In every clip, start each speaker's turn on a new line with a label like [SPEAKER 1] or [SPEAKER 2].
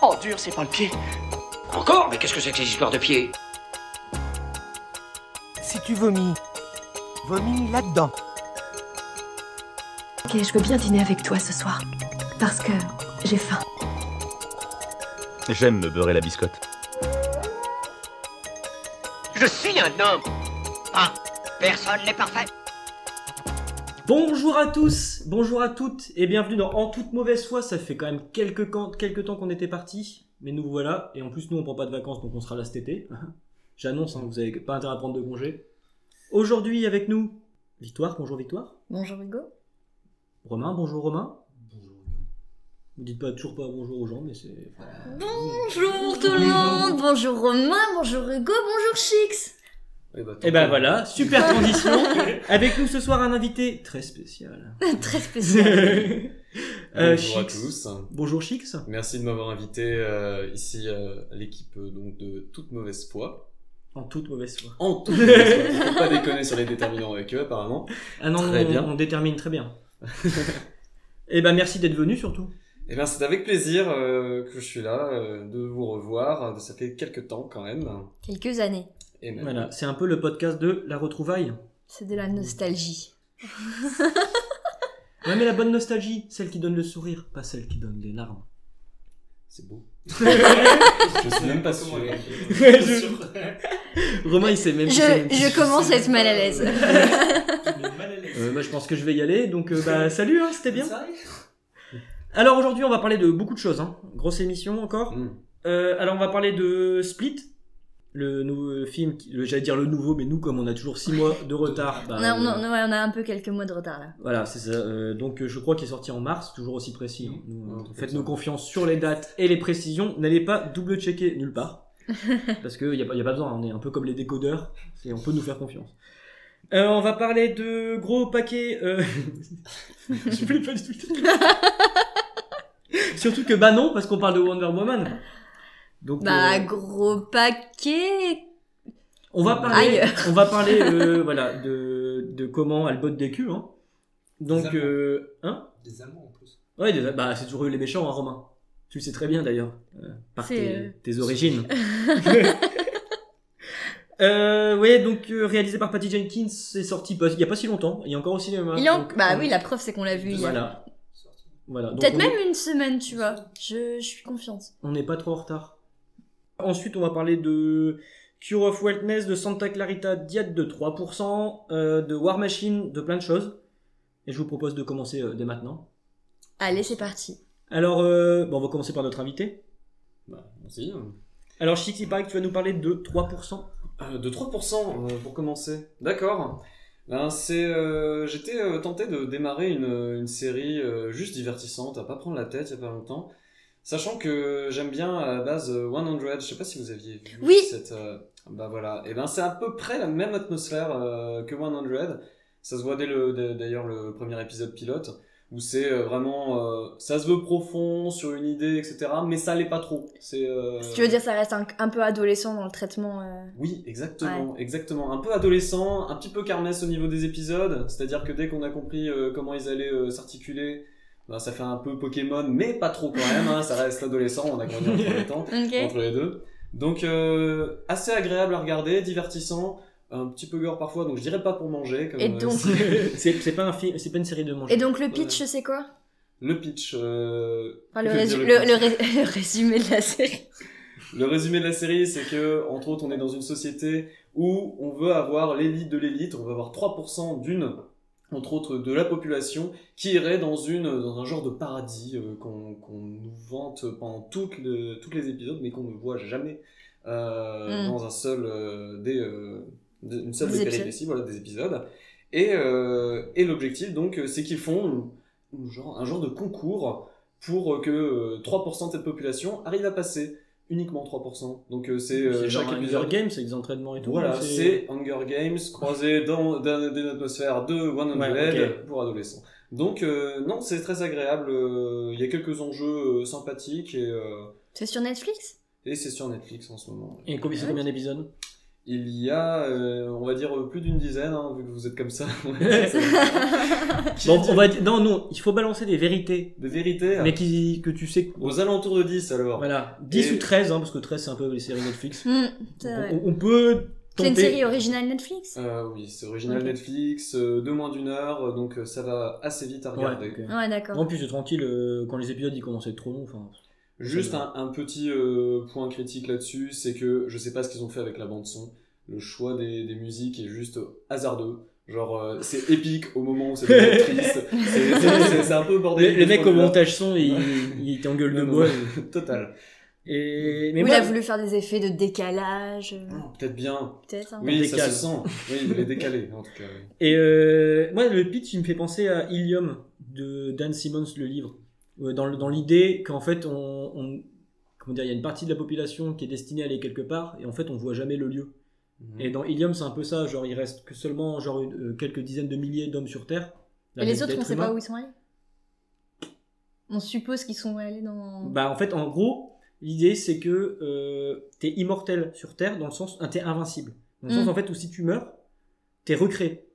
[SPEAKER 1] Oh, dur, c'est pas le pied.
[SPEAKER 2] Encore Mais qu'est-ce que c'est que ces histoires de pieds
[SPEAKER 3] Si tu vomis, vomis là-dedans.
[SPEAKER 4] Ok, je veux bien dîner avec toi ce soir. Parce que j'ai faim.
[SPEAKER 5] J'aime me beurrer la biscotte.
[SPEAKER 2] Je suis un homme Ah Personne n'est parfait
[SPEAKER 6] Bonjour à tous, bonjour à toutes et bienvenue dans En toute mauvaise foi. Ça fait quand même quelques, can- quelques temps qu'on était parti, mais nous voilà. Et en plus, nous on prend pas de vacances donc on sera là cet été. J'annonce, hein, vous avez pas intérêt à prendre de congé. Aujourd'hui avec nous, Victoire, bonjour Victoire.
[SPEAKER 7] Bonjour Hugo.
[SPEAKER 6] Romain, bonjour Romain. Bonjour Vous dites pas toujours pas bonjour aux gens, mais c'est.
[SPEAKER 7] Bonjour tout le monde, bonjour Romain, bonjour Hugo, bonjour Chix.
[SPEAKER 6] Et ben voilà, super transition. avec nous ce soir un invité très spécial.
[SPEAKER 7] Très spécial.
[SPEAKER 6] Euh,
[SPEAKER 8] Bonjour à
[SPEAKER 6] Chix.
[SPEAKER 8] tous.
[SPEAKER 6] Bonjour Chix.
[SPEAKER 8] Merci de m'avoir invité euh, ici euh, à l'équipe euh, donc de toute mauvaise foi.
[SPEAKER 6] En toute mauvaise foi.
[SPEAKER 8] En toute mauvaise foi. Faut pas déconner sur les déterminants avec eux apparemment.
[SPEAKER 6] Ah non,
[SPEAKER 8] Très
[SPEAKER 6] on,
[SPEAKER 8] bien.
[SPEAKER 6] on détermine très bien. Eh ben merci d'être venu surtout.
[SPEAKER 8] Et Eh bien c'est avec plaisir euh, que je suis là, euh, de vous revoir. Ça fait quelques temps quand même.
[SPEAKER 7] Quelques années.
[SPEAKER 8] Et même-
[SPEAKER 6] Voilà, c'est un peu le podcast de la retrouvaille.
[SPEAKER 7] C'est de la nostalgie.
[SPEAKER 6] Ouais, mais la bonne nostalgie, celle qui donne le sourire, pas celle qui donne des larmes.
[SPEAKER 8] C'est beau. je suis même pas sûr.
[SPEAKER 6] Romain, il sait même
[SPEAKER 7] Je,
[SPEAKER 6] il sait même-
[SPEAKER 7] je commence à être mal à l'aise.
[SPEAKER 6] Euh, moi, je pense que je vais y aller, donc euh, bah salut, hein, c'était bien. Alors aujourd'hui, on va parler de beaucoup de choses. Hein. Grosse émission encore.
[SPEAKER 8] Mm.
[SPEAKER 6] Euh, alors on va parler de Split. Le nouveau film, qui- le- j'allais dire le nouveau, mais nous, comme on a toujours 6 mois de retard, bah,
[SPEAKER 7] On a, on a-
[SPEAKER 6] euh,
[SPEAKER 7] on a- ouais, on a un peu quelques mois de retard là.
[SPEAKER 6] Voilà, c'est ça. Euh, donc euh, je crois qu'il est sorti en mars, toujours aussi précis. hein. Nous, euh,
[SPEAKER 8] Ouais,
[SPEAKER 6] faites
[SPEAKER 8] c'est
[SPEAKER 6] nos
[SPEAKER 8] ça.
[SPEAKER 6] confiance sur les dates et les précisions. N'allez pas double-checker nulle part. parce qu'il n'y a, pas- y a pas besoin, hein. on est un peu comme les décodeurs et on peut nous faire confiance. Euh, on va parler de gros paquets. Euh... je voulais pas du tout. le dire. Surtout que bah non, parce qu'on parle de Wonder Woman. Donc,
[SPEAKER 7] Bah
[SPEAKER 6] euh,
[SPEAKER 7] gros paquet.
[SPEAKER 6] on va parler,
[SPEAKER 7] Aïe.
[SPEAKER 6] on va parler euh, voilà, de, de comment elle botte des culs. Hein. Donc,
[SPEAKER 9] Des amants.
[SPEAKER 6] euh, hein
[SPEAKER 9] Des Allemands en plus.
[SPEAKER 6] Ouais, des- bah, c'est toujours eu les méchants, hein, Romain. Tu le sais très bien d'ailleurs, euh, par
[SPEAKER 7] C'est,
[SPEAKER 6] tes,
[SPEAKER 7] euh,
[SPEAKER 6] tes origines. euh, ouais, donc euh, réalisé par Patty Jenkins, c'est sorti pas- il y a pas si longtemps, il y a encore au cinéma.
[SPEAKER 7] Il en-
[SPEAKER 6] donc,
[SPEAKER 7] Bah
[SPEAKER 6] euh,
[SPEAKER 7] oui, la preuve c'est qu'on l'a vu hier.
[SPEAKER 6] Voilà.
[SPEAKER 9] Sorti.
[SPEAKER 6] voilà. Donc,
[SPEAKER 7] Peut-être
[SPEAKER 6] on-
[SPEAKER 7] même une semaine, tu vois. Je, je suis confiante.
[SPEAKER 6] On n'est pas trop en retard. Ensuite, on va parler de Cure of Wellness, de Santa Clarita Diet de 3%, euh, de War Machine, de plein de choses. Et je vous propose de commencer euh, dès maintenant.
[SPEAKER 7] Allez, c'est parti.
[SPEAKER 6] Alors, euh, bon, on va commencer par notre invité.
[SPEAKER 8] Bah, merci.
[SPEAKER 6] Alors, Chix, il paraît que tu vas nous parler de 3%.
[SPEAKER 8] Euh, de 3% euh, pour commencer. D'accord. Ben, c'est, euh, j'étais euh, tenté de démarrer une, une série euh, juste divertissante, à pas prendre la tête il y a pas longtemps. Sachant que j'aime bien à la base euh, 100, je sais pas si vous aviez vu
[SPEAKER 7] Oui.
[SPEAKER 8] cette. euh, bah voilà. Et ben c'est à peu près la même atmosphère euh, que 100. Ça se voit dès le, dès- d'ailleurs le premier épisode pilote, où c'est euh, vraiment. euh, ça se veut profond sur une idée, etc. Mais ça l'est pas trop. C'est. euh,
[SPEAKER 7] Si tu veux dire, ça reste un, un peu adolescent dans le traitement. euh.
[SPEAKER 8] oui, exactement, exactement. Un peu adolescent, un petit peu carnesse au niveau des épisodes, c'est-à-dire que dès qu'on a compris euh, comment ils allaient euh, s'articuler, ben, ça fait un peu Pokémon, mais pas trop quand même, hein, ça reste adolescent, on a grandi entre les temps,
[SPEAKER 7] Ok.
[SPEAKER 8] entre les deux. Donc euh, assez agréable à regarder, divertissant, un petit peu gore parfois, donc je dirais pas pour manger. Comme,
[SPEAKER 7] Et
[SPEAKER 8] euh,
[SPEAKER 7] donc-
[SPEAKER 6] c'est c'est pas un film, c'est pas une série de manches.
[SPEAKER 7] Et donc le pitch, c'est quoi
[SPEAKER 8] le pitch. euh,
[SPEAKER 7] Enfin, le,
[SPEAKER 8] que
[SPEAKER 7] résu-
[SPEAKER 8] dire
[SPEAKER 7] le-
[SPEAKER 8] pitch
[SPEAKER 7] le ré- le résumé de la série.
[SPEAKER 8] Le résumé de la série, c'est que, entre autres, on est dans une société où on veut avoir l'élite de l'élite, on veut avoir 3% d'une, entre autres, de la population qui irait dans, une, dans un genre de paradis euh, qu'on qu'on nous vante pendant toutes le- tous les épisodes, mais qu'on ne voit jamais euh,
[SPEAKER 7] Mm.
[SPEAKER 8] dans un seul euh, des, euh, des- une seule
[SPEAKER 7] Des
[SPEAKER 8] des,
[SPEAKER 7] épisodes.
[SPEAKER 8] péripéties, voilà, des épisodes. Et, euh, et l'objectif, donc, c'est qu'ils font une- une genre- un genre de concours pour que euh, 3% de cette population arrive à passer. Uniquement 3%. Donc euh, c'est euh,
[SPEAKER 6] c'est genre
[SPEAKER 8] chaque
[SPEAKER 6] un
[SPEAKER 8] épisode.
[SPEAKER 6] user game, c'est des entraînements et tout. hein,
[SPEAKER 8] Voilà, c'est Hunger Games croisé dans, dans, dans l'atmosphère de One
[SPEAKER 6] Ouais,
[SPEAKER 8] Hundred
[SPEAKER 6] ok.
[SPEAKER 8] pour adolescents. Donc euh, non, c'est très agréable. euh, Il y a quelques enjeux euh, sympathiques et, euh,
[SPEAKER 7] C'est sur Netflix
[SPEAKER 8] et c'est sur Netflix en ce moment.
[SPEAKER 6] Et combien, c'est combien d'épisodes
[SPEAKER 8] Il y a, euh, on va dire, euh, plus d'une dizaine, hein, vu que vous êtes comme ça. Qui
[SPEAKER 6] Bon,
[SPEAKER 8] dit
[SPEAKER 6] on va dire- non, non, il faut balancer des vérités,
[SPEAKER 8] De vérité,
[SPEAKER 6] mais qui, que tu sais. que-
[SPEAKER 8] aux alentours de 10 alors.
[SPEAKER 6] Voilà, 10
[SPEAKER 8] Et-
[SPEAKER 6] ou 13, hein, parce que 13 c'est un peu les séries Netflix.
[SPEAKER 7] Hmm, c'est vrai.
[SPEAKER 6] On, on peut
[SPEAKER 7] C'est une
[SPEAKER 6] tenter.
[SPEAKER 7] série originale Netflix
[SPEAKER 8] Euh, oui, c'est original
[SPEAKER 7] Ok.
[SPEAKER 8] Netflix, euh, de moins d'une heure, euh, donc euh, ça va assez vite à regarder.
[SPEAKER 6] Ouais, ok.
[SPEAKER 7] Ouais, euh. d'accord.
[SPEAKER 6] En plus, c'est tranquille, euh, quand les épisodes ils commencent à être trop longs. enfin,
[SPEAKER 8] Juste un, un petit euh, point critique là-dessus, c'est que je sais pas ce qu'ils ont fait avec la bande son. Le choix des, des musiques est juste hasardeux. Genre, euh, c'est épique au moment où c'est devenu triste. C'est- c'est- C'est c'est un peu bordé.
[SPEAKER 6] Les, les mecs au
[SPEAKER 8] comment
[SPEAKER 6] montage son, ils, ils t'engueulent de
[SPEAKER 8] Non, non,
[SPEAKER 6] bois.
[SPEAKER 8] Total.
[SPEAKER 6] Et...
[SPEAKER 7] Ou
[SPEAKER 6] Mais
[SPEAKER 7] il
[SPEAKER 6] moi, Ah,
[SPEAKER 7] a voulu faire des effets de décalage, euh,
[SPEAKER 8] Ah, Peut-être bien.
[SPEAKER 7] peut-être. hein.
[SPEAKER 8] Oui, ça
[SPEAKER 6] décale.
[SPEAKER 8] se sent. Oui, il est décalé, en tout cas. oui.
[SPEAKER 6] Et euh, moi, le pitch, il me fait penser à Ilium de Dan Simmons, le livre. Euh, Dans, le- dans l'idée qu'en fait, on, on- comment dire, il y a une partie de la population qui est destinée à aller quelque part, et en fait, on voit jamais le lieu.
[SPEAKER 8] Mm.
[SPEAKER 6] Et
[SPEAKER 8] Mhm.
[SPEAKER 6] dans Ilium, c'est un peu ça, genre, il reste que seulement genre, une- euh, quelques dizaines de milliers d'hommes sur Terre.
[SPEAKER 7] Et les autres, on
[SPEAKER 6] d'êtres
[SPEAKER 7] sait pas
[SPEAKER 6] humains.
[SPEAKER 7] où ils sont allés On suppose qu'ils sont allés dans...
[SPEAKER 6] Bah, en fait, en gros, l'idée, c'est que euh, t'es immortel sur Terre, dans le sens, euh, t'es invincible. Dans le sens,
[SPEAKER 7] Mm.
[SPEAKER 6] en fait, où si tu meurs, t'es recréé.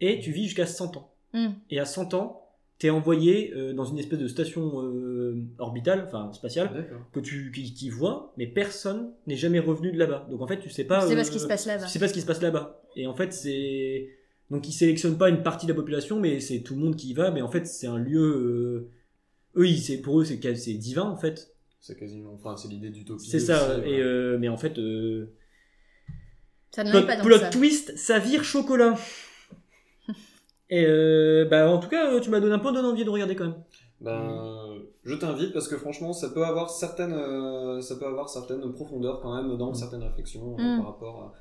[SPEAKER 6] Et tu vis jusqu'à 100 ans.
[SPEAKER 7] Hmm.
[SPEAKER 6] Et à 100 ans, t'es envoyé euh, dans une espèce de station euh, orbitale, enfin spatiale,
[SPEAKER 8] D'accord.
[SPEAKER 6] que tu qui, qui voit, mais personne n'est jamais revenu de là-bas. Donc en fait, tu sais pas.
[SPEAKER 7] Je sais pas
[SPEAKER 6] euh,
[SPEAKER 7] ce qui se passe là-bas.
[SPEAKER 6] Tu sais pas ce qui se passe là-bas. Et en fait, c'est donc ils sélectionnent pas une partie de la population, mais c'est tout le monde qui y va. Mais en fait, c'est un lieu. euh, Eux, ils- c'est pour eux, c'est quasi- c'est divin en fait.
[SPEAKER 8] C'est quasiment. Enfin, c'est l'idée d'utopie.
[SPEAKER 6] C'est ça.
[SPEAKER 8] aussi,
[SPEAKER 6] Et
[SPEAKER 8] voilà.
[SPEAKER 6] euh, mais en fait, euh,
[SPEAKER 7] Ça ne
[SPEAKER 6] Plot,
[SPEAKER 7] l'est pas dans
[SPEAKER 6] plot
[SPEAKER 7] ça.
[SPEAKER 6] twist, ça vire chocolat. Et euh, bah en tout cas, euh, tu m'as donné un peu d'envie de regarder quand même.
[SPEAKER 8] Ben,
[SPEAKER 6] Mm.
[SPEAKER 8] je t'invite parce que franchement, ça peut avoir certaines, euh, ça peut avoir certaines profondeurs quand même dans
[SPEAKER 6] Mm.
[SPEAKER 8] certaines réflexions euh,
[SPEAKER 7] Mm.
[SPEAKER 8] par rapport à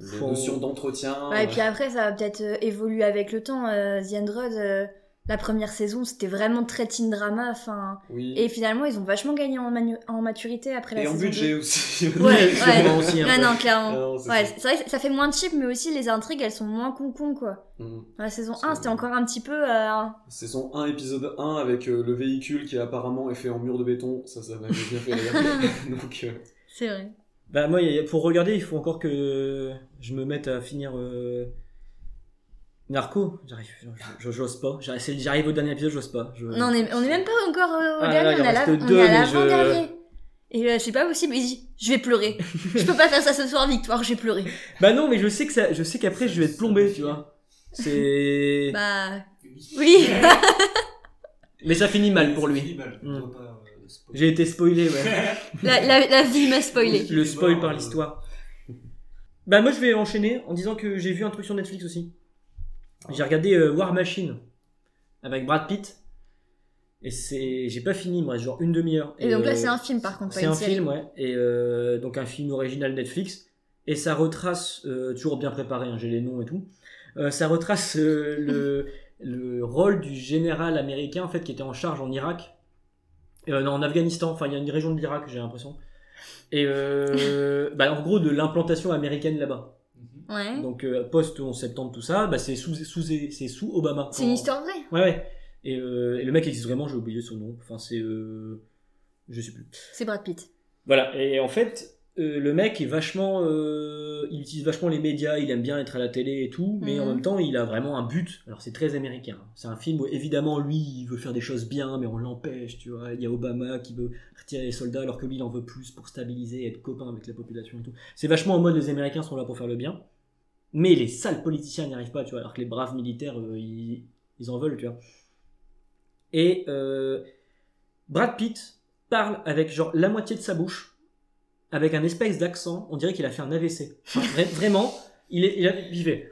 [SPEAKER 8] les
[SPEAKER 6] Faut-
[SPEAKER 8] notions d'entretien.
[SPEAKER 7] Ouais, et puis après, ça va peut-être euh, évoluer avec le temps. Euh, The Android, euh, la première saison, c'était vraiment très teen drama. Enfin,
[SPEAKER 8] oui.
[SPEAKER 7] et finalement, ils ont vachement gagné en, manu- en maturité après la
[SPEAKER 8] Et en
[SPEAKER 7] saison.
[SPEAKER 8] budget aussi.
[SPEAKER 7] Ouais, ouais.
[SPEAKER 6] Sûrement aussi, hein.
[SPEAKER 7] deux.
[SPEAKER 6] un
[SPEAKER 7] Ah
[SPEAKER 6] peu.
[SPEAKER 7] non,
[SPEAKER 8] Ah
[SPEAKER 7] clairement.
[SPEAKER 8] non, c'est
[SPEAKER 7] Ouais,
[SPEAKER 8] ça.
[SPEAKER 7] c'est vrai que ça fait moins cheap, mais aussi les intrigues, elles sont moins con-con, quoi.
[SPEAKER 8] Mm.
[SPEAKER 7] Dans la saison
[SPEAKER 8] C'est
[SPEAKER 7] 1,
[SPEAKER 8] vrai.
[SPEAKER 7] c'était encore un petit peu... euh,
[SPEAKER 8] Saison 1, épisode 1, avec euh, le véhicule qui apparemment est fait en mur de béton. Ça, ça m'a bien fait rire. Donc, euh,
[SPEAKER 7] C'est vrai.
[SPEAKER 6] Bah moi, y a- pour regarder, il faut encore que je me mette à finir euh, Narco. J'arrive, je- je- j'ose pas. J'arrive c'est- j'arrive au dernier épisode, j'ose pas. Je-
[SPEAKER 7] Non, on est, on est même pas encore euh, au
[SPEAKER 6] Ah, là,
[SPEAKER 7] dernier,
[SPEAKER 6] il
[SPEAKER 7] on
[SPEAKER 6] en
[SPEAKER 7] est à la-
[SPEAKER 6] reste
[SPEAKER 7] on
[SPEAKER 6] deux,
[SPEAKER 7] est à
[SPEAKER 6] mais je-
[SPEAKER 7] l'avant-dernier. Et euh, c'est pas possible, il dit, je vais pleurer. je peux pas faire ça ce soir, Victoire, je vais pleurer.
[SPEAKER 6] Bah non, mais je sais que ça, je sais qu'après je vais être plombé, tu vois. C'est.
[SPEAKER 7] Bah... Oui
[SPEAKER 6] Mais ça finit mal pour lui. Mm. J'ai été spoilé, ouais.
[SPEAKER 7] La, la, la vie m'a spoilé.
[SPEAKER 6] Le spoil par l'histoire. Bah moi, je vais enchaîner en disant que j'ai vu un truc sur Netflix aussi. J'ai regardé euh, War Machine avec Brad Pitt. Et c'est, j'ai pas fini, il me reste genre une demi-heure.
[SPEAKER 7] Et donc là,
[SPEAKER 6] euh,
[SPEAKER 7] c'est un film par contre, pas
[SPEAKER 6] C'est
[SPEAKER 7] une
[SPEAKER 6] un
[SPEAKER 7] série.
[SPEAKER 6] film, ouais. Et euh, donc un film original Netflix. Et ça retrace, euh, toujours bien préparé, hein, j'ai les noms et tout. Euh, ça retrace euh, le, le rôle du général américain en fait qui était en charge en Irak. Euh, non, en Afghanistan, enfin il y a une région de l'Irak, j'ai l'impression. Et euh, bah, en gros de l'implantation américaine là-bas.
[SPEAKER 7] Ouais.
[SPEAKER 6] Donc euh, post 11 septembre tout ça, bah, c'est sous sous c'est sous Obama.
[SPEAKER 7] C'est une histoire vraie.
[SPEAKER 6] Ouais ouais. Et, euh, et le mec existe vraiment, j'ai oublié son nom. Enfin c'est euh, je sais plus.
[SPEAKER 7] C'est Brad Pitt.
[SPEAKER 6] Voilà, et en fait, euh, le mec est vachement. euh, il utilise vachement les médias, il aime bien être à la télé et tout, mais en
[SPEAKER 7] Mhm.
[SPEAKER 6] même temps, il a vraiment un but. Alors, c'est très américain. hein. C'est un film où, évidemment, lui, il veut faire des choses bien, mais on l'empêche, tu vois. Il y a Obama qui veut retirer les soldats, alors que lui, il en veut plus pour stabiliser, être copain avec la population et tout. C'est vachement en mode les Américains sont là pour faire le bien, mais les sales politiciens n'y arrivent pas, tu vois, alors que les braves militaires, euh, ils, ils en veulent, tu vois. Et euh, Brad Pitt parle avec genre la moitié de sa bouche, avec un espèce d'accent, on dirait qu'il a fait un AVC. Enfin, vra- vraiment, il, est, il, a, il fait...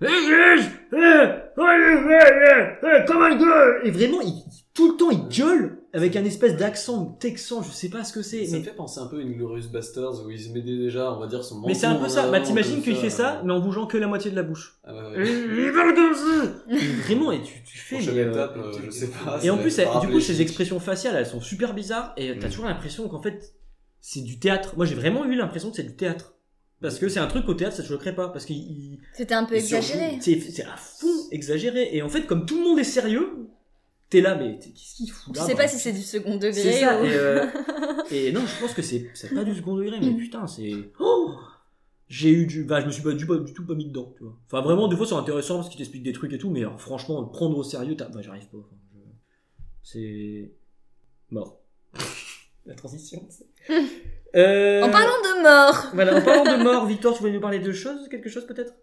[SPEAKER 6] English, eh, eh, eh, eh, come on, girl Et vraiment, il, tout le temps, il gueule avec un espèce d'accent texan, je sais pas ce que c'est.
[SPEAKER 8] ça
[SPEAKER 6] mais-
[SPEAKER 8] me fait penser un peu à une Glorious Bastards où il se mettait déjà, on va dire, son
[SPEAKER 6] mais c'est un
[SPEAKER 8] menton euh,
[SPEAKER 6] peu
[SPEAKER 8] en
[SPEAKER 6] ça.
[SPEAKER 8] avant,
[SPEAKER 6] Bah t'imagines
[SPEAKER 8] comme
[SPEAKER 6] qu'il fait ça, Mm, mais en bougeant que la moitié de la bouche.
[SPEAKER 8] Ah, euh, ouais, ouais.
[SPEAKER 6] Vraiment, et tu, tu fais.
[SPEAKER 8] Prochaine
[SPEAKER 6] mais, euh,
[SPEAKER 8] étape, euh, je sais pas.
[SPEAKER 6] Et
[SPEAKER 8] ça
[SPEAKER 6] en
[SPEAKER 8] va
[SPEAKER 6] plus,
[SPEAKER 8] être
[SPEAKER 6] elle- du coup, ses
[SPEAKER 8] paraplégique.
[SPEAKER 6] expressions faciales, elles sont super bizarres, et t'as
[SPEAKER 8] Mm.
[SPEAKER 6] toujours l'impression qu'en fait, c'est du théâtre. Moi, j'ai vraiment eu l'impression que c'est du théâtre. Parce que c'est un truc au théâtre, ça te choquerait pas. Parce que
[SPEAKER 7] C'était un peu
[SPEAKER 8] Et surtout,
[SPEAKER 7] exagéré.
[SPEAKER 6] c'est c'est à fond exagéré. Et en fait, comme tout le monde est sérieux, t'es là, mais t'es- qu'est-ce qu'il fout
[SPEAKER 7] Je
[SPEAKER 6] là
[SPEAKER 7] sais
[SPEAKER 6] bah,
[SPEAKER 7] pas si c'est du second degré.
[SPEAKER 6] c'est ça.
[SPEAKER 7] ou- Mm.
[SPEAKER 6] Et, euh, et non, je pense que c'est c'est pas du second degré, mais putain, c'est. Oh j'ai eu du, bah, je me suis pas du, pas du tout pas mis dedans, tu vois. Enfin, vraiment, des fois, c'est intéressant parce qu'ils t'expliquent des trucs et tout, mais alors, franchement, le prendre au sérieux, t'as- bah, j'arrive pas. Enfin, je- C'est mort. La transition. c'est- Euh,
[SPEAKER 7] En parlant de mort
[SPEAKER 6] voilà, en parlant de mort, Victor, tu voulais nous parler de choses, quelque chose peut-être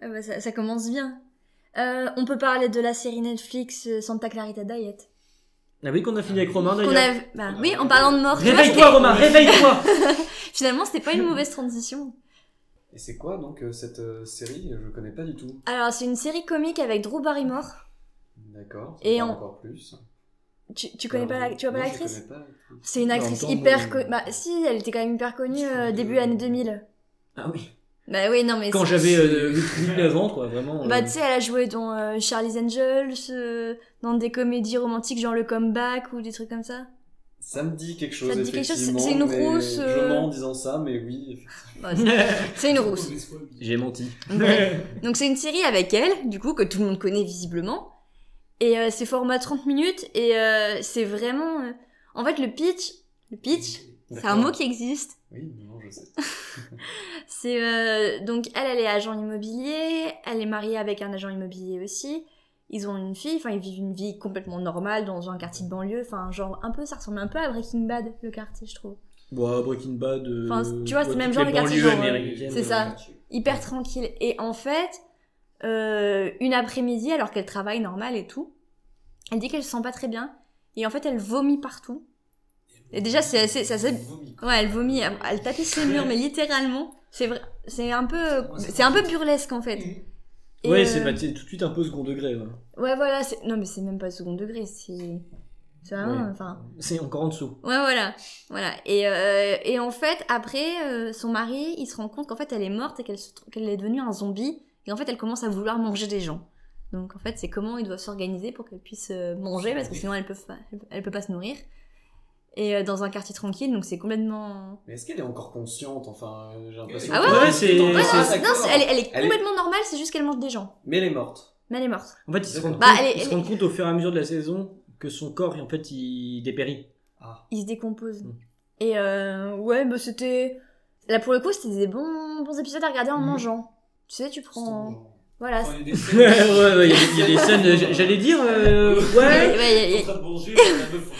[SPEAKER 7] Ah bah, ça, ça commence bien. Euh, on peut parler de la série Netflix euh, Santa Clarita Diet.
[SPEAKER 6] Ah oui, qu'on a fini avec Romain
[SPEAKER 7] Qu'on
[SPEAKER 6] d'ailleurs.
[SPEAKER 7] a... Bah oui, en parlant de mort. tu vois,
[SPEAKER 6] Réveille-toi, Romain, réveille-toi
[SPEAKER 7] c'était- Finalement, c'était pas une mauvaise transition.
[SPEAKER 8] Et c'est quoi donc euh, cette euh, série Je connais pas du tout.
[SPEAKER 7] Alors, c'est une série comique avec Drew Barrymore.
[SPEAKER 8] D'accord.
[SPEAKER 7] Et
[SPEAKER 8] Et
[SPEAKER 7] on-
[SPEAKER 8] encore plus.
[SPEAKER 7] Tu, tu connais pas la... tu vois pas l'actrice C'est une
[SPEAKER 6] Non, en
[SPEAKER 7] actrice
[SPEAKER 6] même temps,
[SPEAKER 7] hyper
[SPEAKER 6] moi,
[SPEAKER 7] connue. Bah si, elle était quand même hyper connue euh, début années 2000.
[SPEAKER 6] Ah oui,
[SPEAKER 7] Bah oui, non mais...
[SPEAKER 6] quand
[SPEAKER 7] c'est-
[SPEAKER 6] j'avais euh, 8-9 ans, quoi, vraiment.
[SPEAKER 7] Bah
[SPEAKER 6] euh,
[SPEAKER 7] tu sais, elle a joué dans euh, Charlie's Angels, euh, dans des comédies romantiques genre Le Comeback ou des trucs comme ça.
[SPEAKER 8] Ça me dit quelque chose.
[SPEAKER 7] Ça te dit quelque chose, c'est- c'est
[SPEAKER 8] effectivement,
[SPEAKER 7] une
[SPEAKER 8] mais
[SPEAKER 7] rousse,
[SPEAKER 8] Je
[SPEAKER 7] euh,
[SPEAKER 8] mens en disant ça, mais oui. effectivement.
[SPEAKER 7] Bah, c'est- c'est une rousse.
[SPEAKER 6] J'ai menti.
[SPEAKER 7] Ouais. Donc c'est une série avec elle, du coup, que tout le monde connaît visiblement. Et euh, c'est format 30 minutes et euh, c'est vraiment... euh, En fait, le pitch... Le pitch, c'est un
[SPEAKER 8] D'accord.
[SPEAKER 7] mot qui existe.
[SPEAKER 8] Oui, non, je sais.
[SPEAKER 7] C'est euh, donc elle, elle est agent immobilier, elle est mariée avec un agent immobilier aussi. Ils ont une fille, enfin ils vivent une vie complètement normale dans un quartier de banlieue, enfin genre un peu ça ressemble un peu à Breaking Bad le quartier je trouve.
[SPEAKER 6] Bon, Breaking Bad. euh,
[SPEAKER 7] Enfin, tu vois, c'est
[SPEAKER 6] ouais,
[SPEAKER 7] même
[SPEAKER 6] toutes
[SPEAKER 7] genre
[SPEAKER 6] les
[SPEAKER 7] le quartier
[SPEAKER 6] banlieues
[SPEAKER 7] genre, euh,
[SPEAKER 6] américaines,
[SPEAKER 7] c'est
[SPEAKER 6] euh,
[SPEAKER 7] ça. Hyper tranquille et en fait euh, une après-midi alors qu'elle travaille normal et tout, elle dit qu'elle se sent pas très bien et en fait elle vomit partout. Et déjà c'est assez, c'est assez Ouais, elle vomit, elle, elle tapait ses murs, mais littéralement, c'est vrai, c'est un peu, c'est un peu burlesque en fait. Et,
[SPEAKER 6] Ouais,
[SPEAKER 7] euh,
[SPEAKER 6] c'est bah, c'est tout de suite un peu second degré. ouais.
[SPEAKER 7] Ouais, voilà, c'est- non mais c'est même pas second degré, c'est, c'est vraiment,
[SPEAKER 6] Ouais.
[SPEAKER 7] enfin,
[SPEAKER 6] C'est encore en dessous.
[SPEAKER 7] ouais, voilà, voilà. Et euh, et en fait, après, euh, son mari, il se rend compte qu'en fait, elle est morte et qu'elle se tr- qu'elle est devenue un zombie, et en fait, elle commence à vouloir manger des gens. Donc en fait, c'est comment ils doivent s'organiser pour qu'elle puisse euh, manger, parce que sinon elle peut, fa- elle peut pas se nourrir. Et euh, dans un quartier tranquille, donc c'est complètement
[SPEAKER 8] Mais est-ce qu'elle est encore consciente Enfin, euh, j'ai l'impression.
[SPEAKER 7] Ah
[SPEAKER 8] que-
[SPEAKER 6] ouais, ouais, c'est-
[SPEAKER 8] Ah,
[SPEAKER 7] Ouais, non,
[SPEAKER 6] c'est-
[SPEAKER 7] c'est- non,
[SPEAKER 8] d'accord.
[SPEAKER 7] c'est- elle, est- elle est
[SPEAKER 8] Elle est-
[SPEAKER 7] complètement normale, c'est juste qu'elle mange des gens.
[SPEAKER 8] Mais elle est morte.
[SPEAKER 7] Mais elle est morte.
[SPEAKER 6] En fait, ils se rendent,
[SPEAKER 7] Bah,
[SPEAKER 6] compte,
[SPEAKER 7] elle est-
[SPEAKER 6] ils se rendent compte au fur et à mesure de la saison que son corps, en fait, il dépérit.
[SPEAKER 8] Ah.
[SPEAKER 7] Il se décompose.
[SPEAKER 6] Mm.
[SPEAKER 7] Et euh, ouais, bah c'était. Là pour le coup, c'était des bons, bons épisodes à regarder en
[SPEAKER 6] Mm.
[SPEAKER 7] mangeant. Tu sais, tu prends. Voilà. c'est-
[SPEAKER 6] ouais, ouais, il y a- il y, a des scènes. euh, J'allais dire. euh, ouais.
[SPEAKER 7] Ouais, ouais, ouais, ouais. Tu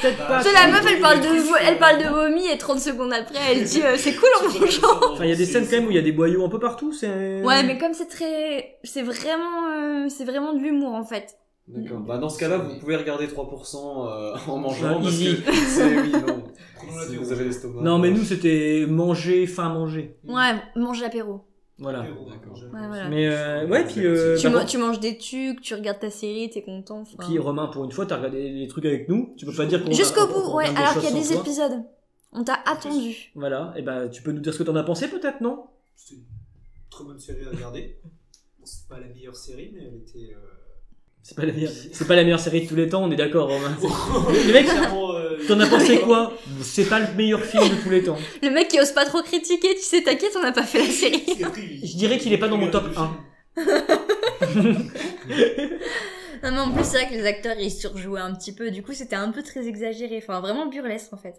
[SPEAKER 7] sais, la meuf, elle parle, de vo- elle parle de vomi et 30 secondes après, elle dit euh, c'est cool en mangeant.
[SPEAKER 6] Enfin, il y a des scènes quand même où il y a des boyaux un peu partout. C'est.
[SPEAKER 7] Ouais, mais comme c'est très. C'est vraiment, euh, c'est vraiment de l'humour en fait.
[SPEAKER 8] D'accord. Bah, dans ce cas-là, vous pouvez regarder 3% euh, en mangeant.
[SPEAKER 6] Ouais,
[SPEAKER 8] parce
[SPEAKER 6] easy.
[SPEAKER 8] que c'est- oui, non. Si vous avez l'estomac.
[SPEAKER 6] Non, mais nous, c'était manger, faim, manger.
[SPEAKER 7] Ouais, mange l'apéro.
[SPEAKER 6] Voilà.
[SPEAKER 8] D'accord.
[SPEAKER 7] Mm. Ouais, voilà.
[SPEAKER 6] Mais euh, ouais, puis. euh,
[SPEAKER 7] Tu,
[SPEAKER 6] par
[SPEAKER 7] man-
[SPEAKER 6] contre,
[SPEAKER 7] tu manges des tucs, tu regardes ta série, t'es content. enfin.
[SPEAKER 6] Puis Romain, pour une fois, t'as regardé les trucs avec nous. Tu peux pas dire qu'on
[SPEAKER 7] Jusqu'au
[SPEAKER 6] on- on-
[SPEAKER 7] bout,
[SPEAKER 6] on
[SPEAKER 7] ouais,
[SPEAKER 6] regarde
[SPEAKER 7] alors
[SPEAKER 6] choses
[SPEAKER 7] qu'il y a
[SPEAKER 6] sans
[SPEAKER 7] des
[SPEAKER 6] toi.
[SPEAKER 7] épisodes. On t'a attendu.
[SPEAKER 6] Voilà, et ben tu peux nous dire ce que t'en as pensé peut-être, non
[SPEAKER 1] C'était une très bonne série à regarder. Bon, c'est pas la meilleure série, mais elle était. euh,
[SPEAKER 6] C'est pas la meilleure, c'est pas la meilleure série de tous les temps, on est d'accord, Romain.
[SPEAKER 1] Le
[SPEAKER 6] mec,
[SPEAKER 1] clairement, euh,
[SPEAKER 6] T'en as pensé quoi C'est pas le meilleur film de tous les temps.
[SPEAKER 7] Le mec qui ose pas trop critiquer, tu sais, t'inquiète, on n'a pas fait la série.
[SPEAKER 6] Je dirais qu'il est pas dans mon top 1.
[SPEAKER 7] non, mais en plus, c'est vrai que les acteurs, ils surjouaient un petit peu. Du coup, c'était un peu très exagéré. Enfin, vraiment burlesque, en fait.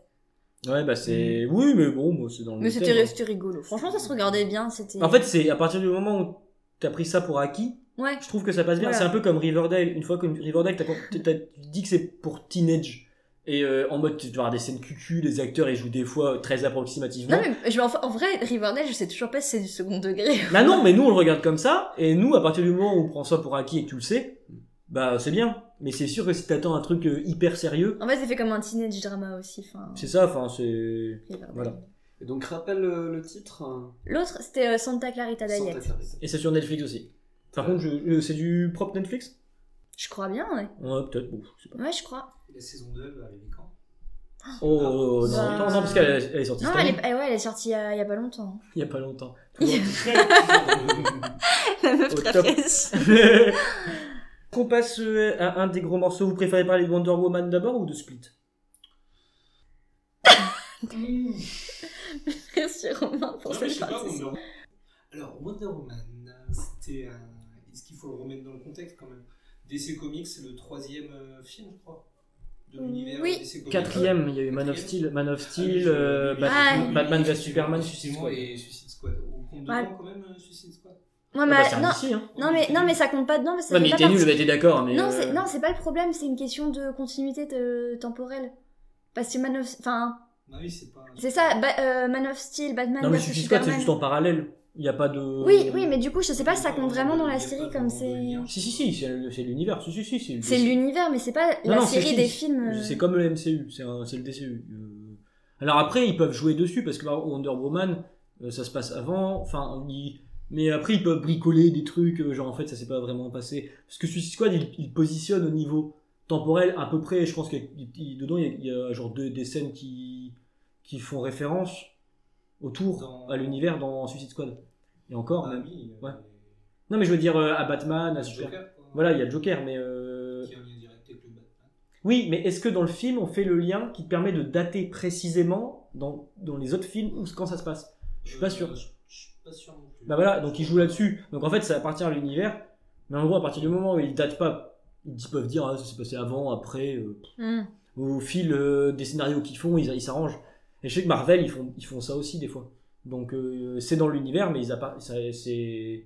[SPEAKER 6] Ouais, bah c'est. Oui, mais bon, moi, c'est dans le.
[SPEAKER 7] Mais
[SPEAKER 6] thème,
[SPEAKER 7] c'était
[SPEAKER 6] hein.
[SPEAKER 7] c'était rigolo. Franchement, ça se regardait bien. C'était.
[SPEAKER 6] En fait, c'est à partir du moment où t'as pris ça pour acquis,
[SPEAKER 7] Ouais.
[SPEAKER 6] je trouve que ça passe bien.
[SPEAKER 7] Voilà.
[SPEAKER 6] C'est un peu comme Riverdale. Une fois que Riverdale, t'as t'as- t'as dit que c'est pour teenage. Et euh, en mode, tu vas avoir des scènes cucu, les acteurs, ils jouent des fois très approximativement.
[SPEAKER 7] Non, mais je- en, en vrai, Riverdale, je sais toujours pas si c'est du second degré.
[SPEAKER 6] Bah non, mais nous on le regarde comme ça, et nous à partir du moment où on prend ça pour acquis et que tu le sais, bah c'est bien. Mais c'est sûr que si t'attends un truc euh, hyper sérieux,
[SPEAKER 7] En fait, c'est fait comme un teenage drama aussi. Enfin,
[SPEAKER 6] c'est ça, enfin c'est.
[SPEAKER 7] Riverdale.
[SPEAKER 6] voilà.
[SPEAKER 8] Et donc, rappelle euh, le titre. hein.
[SPEAKER 7] L'autre, c'était euh, Santa Clarita Diet.
[SPEAKER 8] Santa Clarita.
[SPEAKER 6] Et c'est sur Netflix aussi. Par contre, je- je- c'est du propre Netflix
[SPEAKER 7] Je crois bien, ouais.
[SPEAKER 6] Ouais, peut-être, bon, je sais pas.
[SPEAKER 7] Ouais, je crois.
[SPEAKER 1] La saison 2 va arriver quand
[SPEAKER 6] Oh, oh, oh, non,
[SPEAKER 7] Bah.
[SPEAKER 6] non, non, parce qu'elle elle est sortie
[SPEAKER 7] Non,
[SPEAKER 6] cette
[SPEAKER 7] elle
[SPEAKER 6] année,
[SPEAKER 7] est, eh ouais, elle est sortie il y a, il y a pas longtemps.
[SPEAKER 6] il y a pas longtemps.
[SPEAKER 7] la meuf
[SPEAKER 6] Au
[SPEAKER 7] très
[SPEAKER 6] top.
[SPEAKER 7] fraîche.
[SPEAKER 6] Qu'on passe euh, à un des gros morceaux, vous préférez parler de Wonder Woman d'abord ou de Split
[SPEAKER 7] Merci Romain
[SPEAKER 1] Non,
[SPEAKER 6] Ah,
[SPEAKER 7] pour
[SPEAKER 1] mais
[SPEAKER 7] cette
[SPEAKER 1] je sais pas,
[SPEAKER 7] partie.
[SPEAKER 1] Wonder- Alors, Wonder Woman, euh, c'était un. Est-ce qu'il faut le remettre dans le contexte quand même DC Comics, c'est le troisième euh, film, je crois, de l'univers
[SPEAKER 7] Mm. Oui.
[SPEAKER 1] DC Comics.
[SPEAKER 6] Quatrième, il y a eu Man of Steel, Man of Steel, euh,
[SPEAKER 1] Ah,
[SPEAKER 6] Bat-
[SPEAKER 7] oui.
[SPEAKER 6] Batman vs
[SPEAKER 1] effectivement,
[SPEAKER 6] Superman, Suicide
[SPEAKER 1] effectivement,
[SPEAKER 6] Squad.
[SPEAKER 1] et Suicide Squad. Au compte
[SPEAKER 7] Ouais.
[SPEAKER 1] dedans quand même, euh, Suicide Squad
[SPEAKER 7] Non,
[SPEAKER 6] Ah
[SPEAKER 7] mais,
[SPEAKER 6] bah, c'est un
[SPEAKER 7] non,
[SPEAKER 6] ici, hein.
[SPEAKER 7] non, mais, non, mais ça compte pas dedans parce que
[SPEAKER 6] Ouais,
[SPEAKER 7] ça
[SPEAKER 6] mais
[SPEAKER 7] fait pas
[SPEAKER 6] t'es nul,
[SPEAKER 7] partie-
[SPEAKER 6] bah, t'es d'accord, mais.
[SPEAKER 7] Non,
[SPEAKER 6] euh,
[SPEAKER 7] c'est, non, c'est pas le problème, c'est une question de continuité de- temporelle. Parce que Man of... Enfin,
[SPEAKER 1] Bah oui, c'est pas.
[SPEAKER 7] c'est ça, Ba- euh, Man of Steel, Batman
[SPEAKER 6] Non, mais
[SPEAKER 7] versus
[SPEAKER 6] Suicide Squad, c'est
[SPEAKER 7] Superman.
[SPEAKER 6] juste en parallèle. Il n'y a pas de.
[SPEAKER 7] Oui, oui, mais du coup, je sais pas si ça compte vraiment dans la série comme c'est...
[SPEAKER 6] Si, si, si, c'est le- c'est l'univers. Si, si, si. le-
[SPEAKER 7] C'est l'univers, mais c'est pas
[SPEAKER 6] Non,
[SPEAKER 7] la
[SPEAKER 6] non,
[SPEAKER 7] série
[SPEAKER 6] si,
[SPEAKER 7] des
[SPEAKER 6] si.
[SPEAKER 7] films... euh,
[SPEAKER 6] C'est comme le MCU, c'est un- c'est le DCU. Euh, Alors après, ils peuvent jouer dessus parce que par exemple, Wonder Woman, euh, ça se passe avant. Enfin, ils- mais après, ils peuvent bricoler des trucs. euh, Genre en fait, ça s'est pas vraiment passé. Parce que Suicide Squad, il, il positionne au niveau temporel à peu près. Je pense qu'il il- dedans, il y a- il y, a genre deux des scènes qui qui font référence autour
[SPEAKER 1] Dans-
[SPEAKER 6] à l'univers dans Suicide Squad. Et encore.
[SPEAKER 1] Ah
[SPEAKER 6] même.
[SPEAKER 1] oui, euh,
[SPEAKER 6] Ouais. Non, mais je veux dire euh, à Batman, à
[SPEAKER 1] le
[SPEAKER 6] Super.
[SPEAKER 1] Joker, quoi.
[SPEAKER 6] Voilà, il y a le Joker, mais euh,
[SPEAKER 1] Qui est en lien direct avec le Batman.
[SPEAKER 6] Oui, mais est-ce que dans le film, on fait le lien qui te permet de dater précisément dans, dans les autres films ou quand ça se passe Je suis pas
[SPEAKER 1] Euh,
[SPEAKER 6] sûr.
[SPEAKER 1] Je je suis pas sûr non plus.
[SPEAKER 6] Bah voilà, donc ils jouent là-dessus. Donc en fait, ça appartient à l'univers. Mais en gros, à partir du moment où ils datent pas, ils peuvent dire ah, ça s'est passé avant, après, euh,
[SPEAKER 7] hmm.
[SPEAKER 6] au fil euh, des scénarios qu'ils font, ils ils s'arrangent. Et je sais que Marvel, ils font, ils font ça aussi des fois. Donc euh, c'est dans l'univers, mais ils appar- ça, c'est...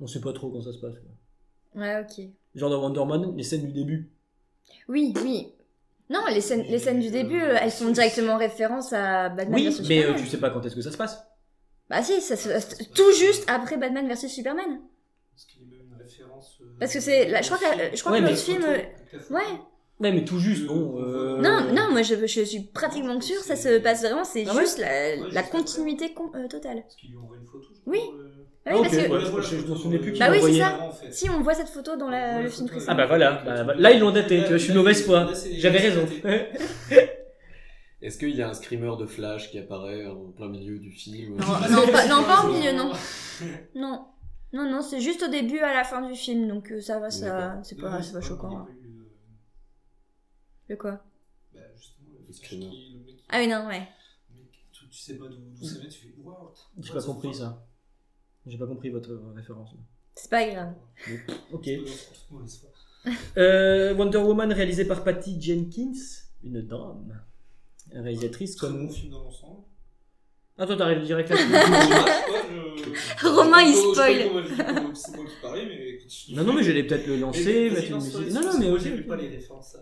[SPEAKER 6] on sait pas trop quand ça se passe. quoi.
[SPEAKER 7] Ouais, ok.
[SPEAKER 6] Genre dans Wonder Woman, les scènes du début.
[SPEAKER 7] Oui, oui. Non, les scènes, les scènes du début, euh, elles font directement référence à Batman
[SPEAKER 6] Oui,
[SPEAKER 7] versus
[SPEAKER 6] mais euh,
[SPEAKER 7] Superman.
[SPEAKER 6] tu sais pas quand est-ce que ça se passe.
[SPEAKER 7] Bah si, ça, se- ça se- tout juste après Batman versus Superman.
[SPEAKER 1] Parce qu'il y a même une référence. euh,
[SPEAKER 7] Parce que c'est- là, je crois que la- je crois
[SPEAKER 6] que
[SPEAKER 1] Ouais,
[SPEAKER 6] le
[SPEAKER 1] mais-
[SPEAKER 7] film, euh,
[SPEAKER 1] Avec la photo.
[SPEAKER 7] ouais.
[SPEAKER 6] Ouais, mais tout juste, bon. euh,
[SPEAKER 7] Non, non, moi je, je suis pratiquement sûre, ça se passe vraiment, c'est
[SPEAKER 6] Ah ouais
[SPEAKER 7] juste la,
[SPEAKER 1] Ouais,
[SPEAKER 7] la
[SPEAKER 1] juste
[SPEAKER 7] continuité com- euh, totale.
[SPEAKER 1] Parce qu'il lui envoie une photo, je
[SPEAKER 7] Oui.
[SPEAKER 1] crois, euh,
[SPEAKER 7] Ah
[SPEAKER 6] Ah,
[SPEAKER 7] oui,
[SPEAKER 6] ok,
[SPEAKER 7] parce que
[SPEAKER 6] ouais, je crois que je m'en souvenais plus qui
[SPEAKER 7] Bah oui,
[SPEAKER 6] l'envoyait.
[SPEAKER 7] c'est ça. si on voit cette photo dans la- le film précédent.
[SPEAKER 6] Ah bah voilà, bah, bah, là ils l'ont daté, tu vois, je suis mauvaise foi. J'avais raison.
[SPEAKER 8] Est-ce qu'il y a un screamer de Flash qui apparaît en plein milieu du film
[SPEAKER 7] Non, non, pas, non, pas au milieu, non.
[SPEAKER 6] bah.
[SPEAKER 7] Non, non, non, c'est juste au début, à la fin du film, donc euh, ça va, ça,
[SPEAKER 8] D'accord.
[SPEAKER 7] c'est pas, c'est pas choquant. hein. Le quoi
[SPEAKER 1] Bah justement, le
[SPEAKER 8] Le
[SPEAKER 1] flash
[SPEAKER 8] screamer.
[SPEAKER 1] qui- le mec qui-
[SPEAKER 7] Ah oui, non, ouais.
[SPEAKER 1] le mec, tu, tu sais pas d'où d'où ça vient, tu fais waouh.
[SPEAKER 6] Mm. J'ai pas compris ça. J'ai pas compris votre euh, référence.
[SPEAKER 7] C'est pas grave.
[SPEAKER 6] Ok.
[SPEAKER 1] C'est pas dans ce truc, mauvaise foi.
[SPEAKER 6] Euh, Wonder Woman réalisé par Patty Jenkins, une dame. Réalisatrice
[SPEAKER 1] Très
[SPEAKER 6] comme.
[SPEAKER 1] bon film dans l'ensemble.
[SPEAKER 6] Ah, toi t'arrives direct là.
[SPEAKER 7] Romain, il spoil.
[SPEAKER 1] spoil. C'est moi qui parlais, mais écoute, je-
[SPEAKER 6] non, non, mais j'allais peut-être le
[SPEAKER 1] Mais
[SPEAKER 6] lancer,
[SPEAKER 1] vas-y,
[SPEAKER 6] mettre une
[SPEAKER 1] lance-toi
[SPEAKER 6] musique. Non,
[SPEAKER 1] là-dessus,
[SPEAKER 6] non,
[SPEAKER 1] parce
[SPEAKER 6] mais
[SPEAKER 1] que moi,
[SPEAKER 6] ok,
[SPEAKER 1] j'ai vu
[SPEAKER 6] ok.
[SPEAKER 1] pas les références. ça.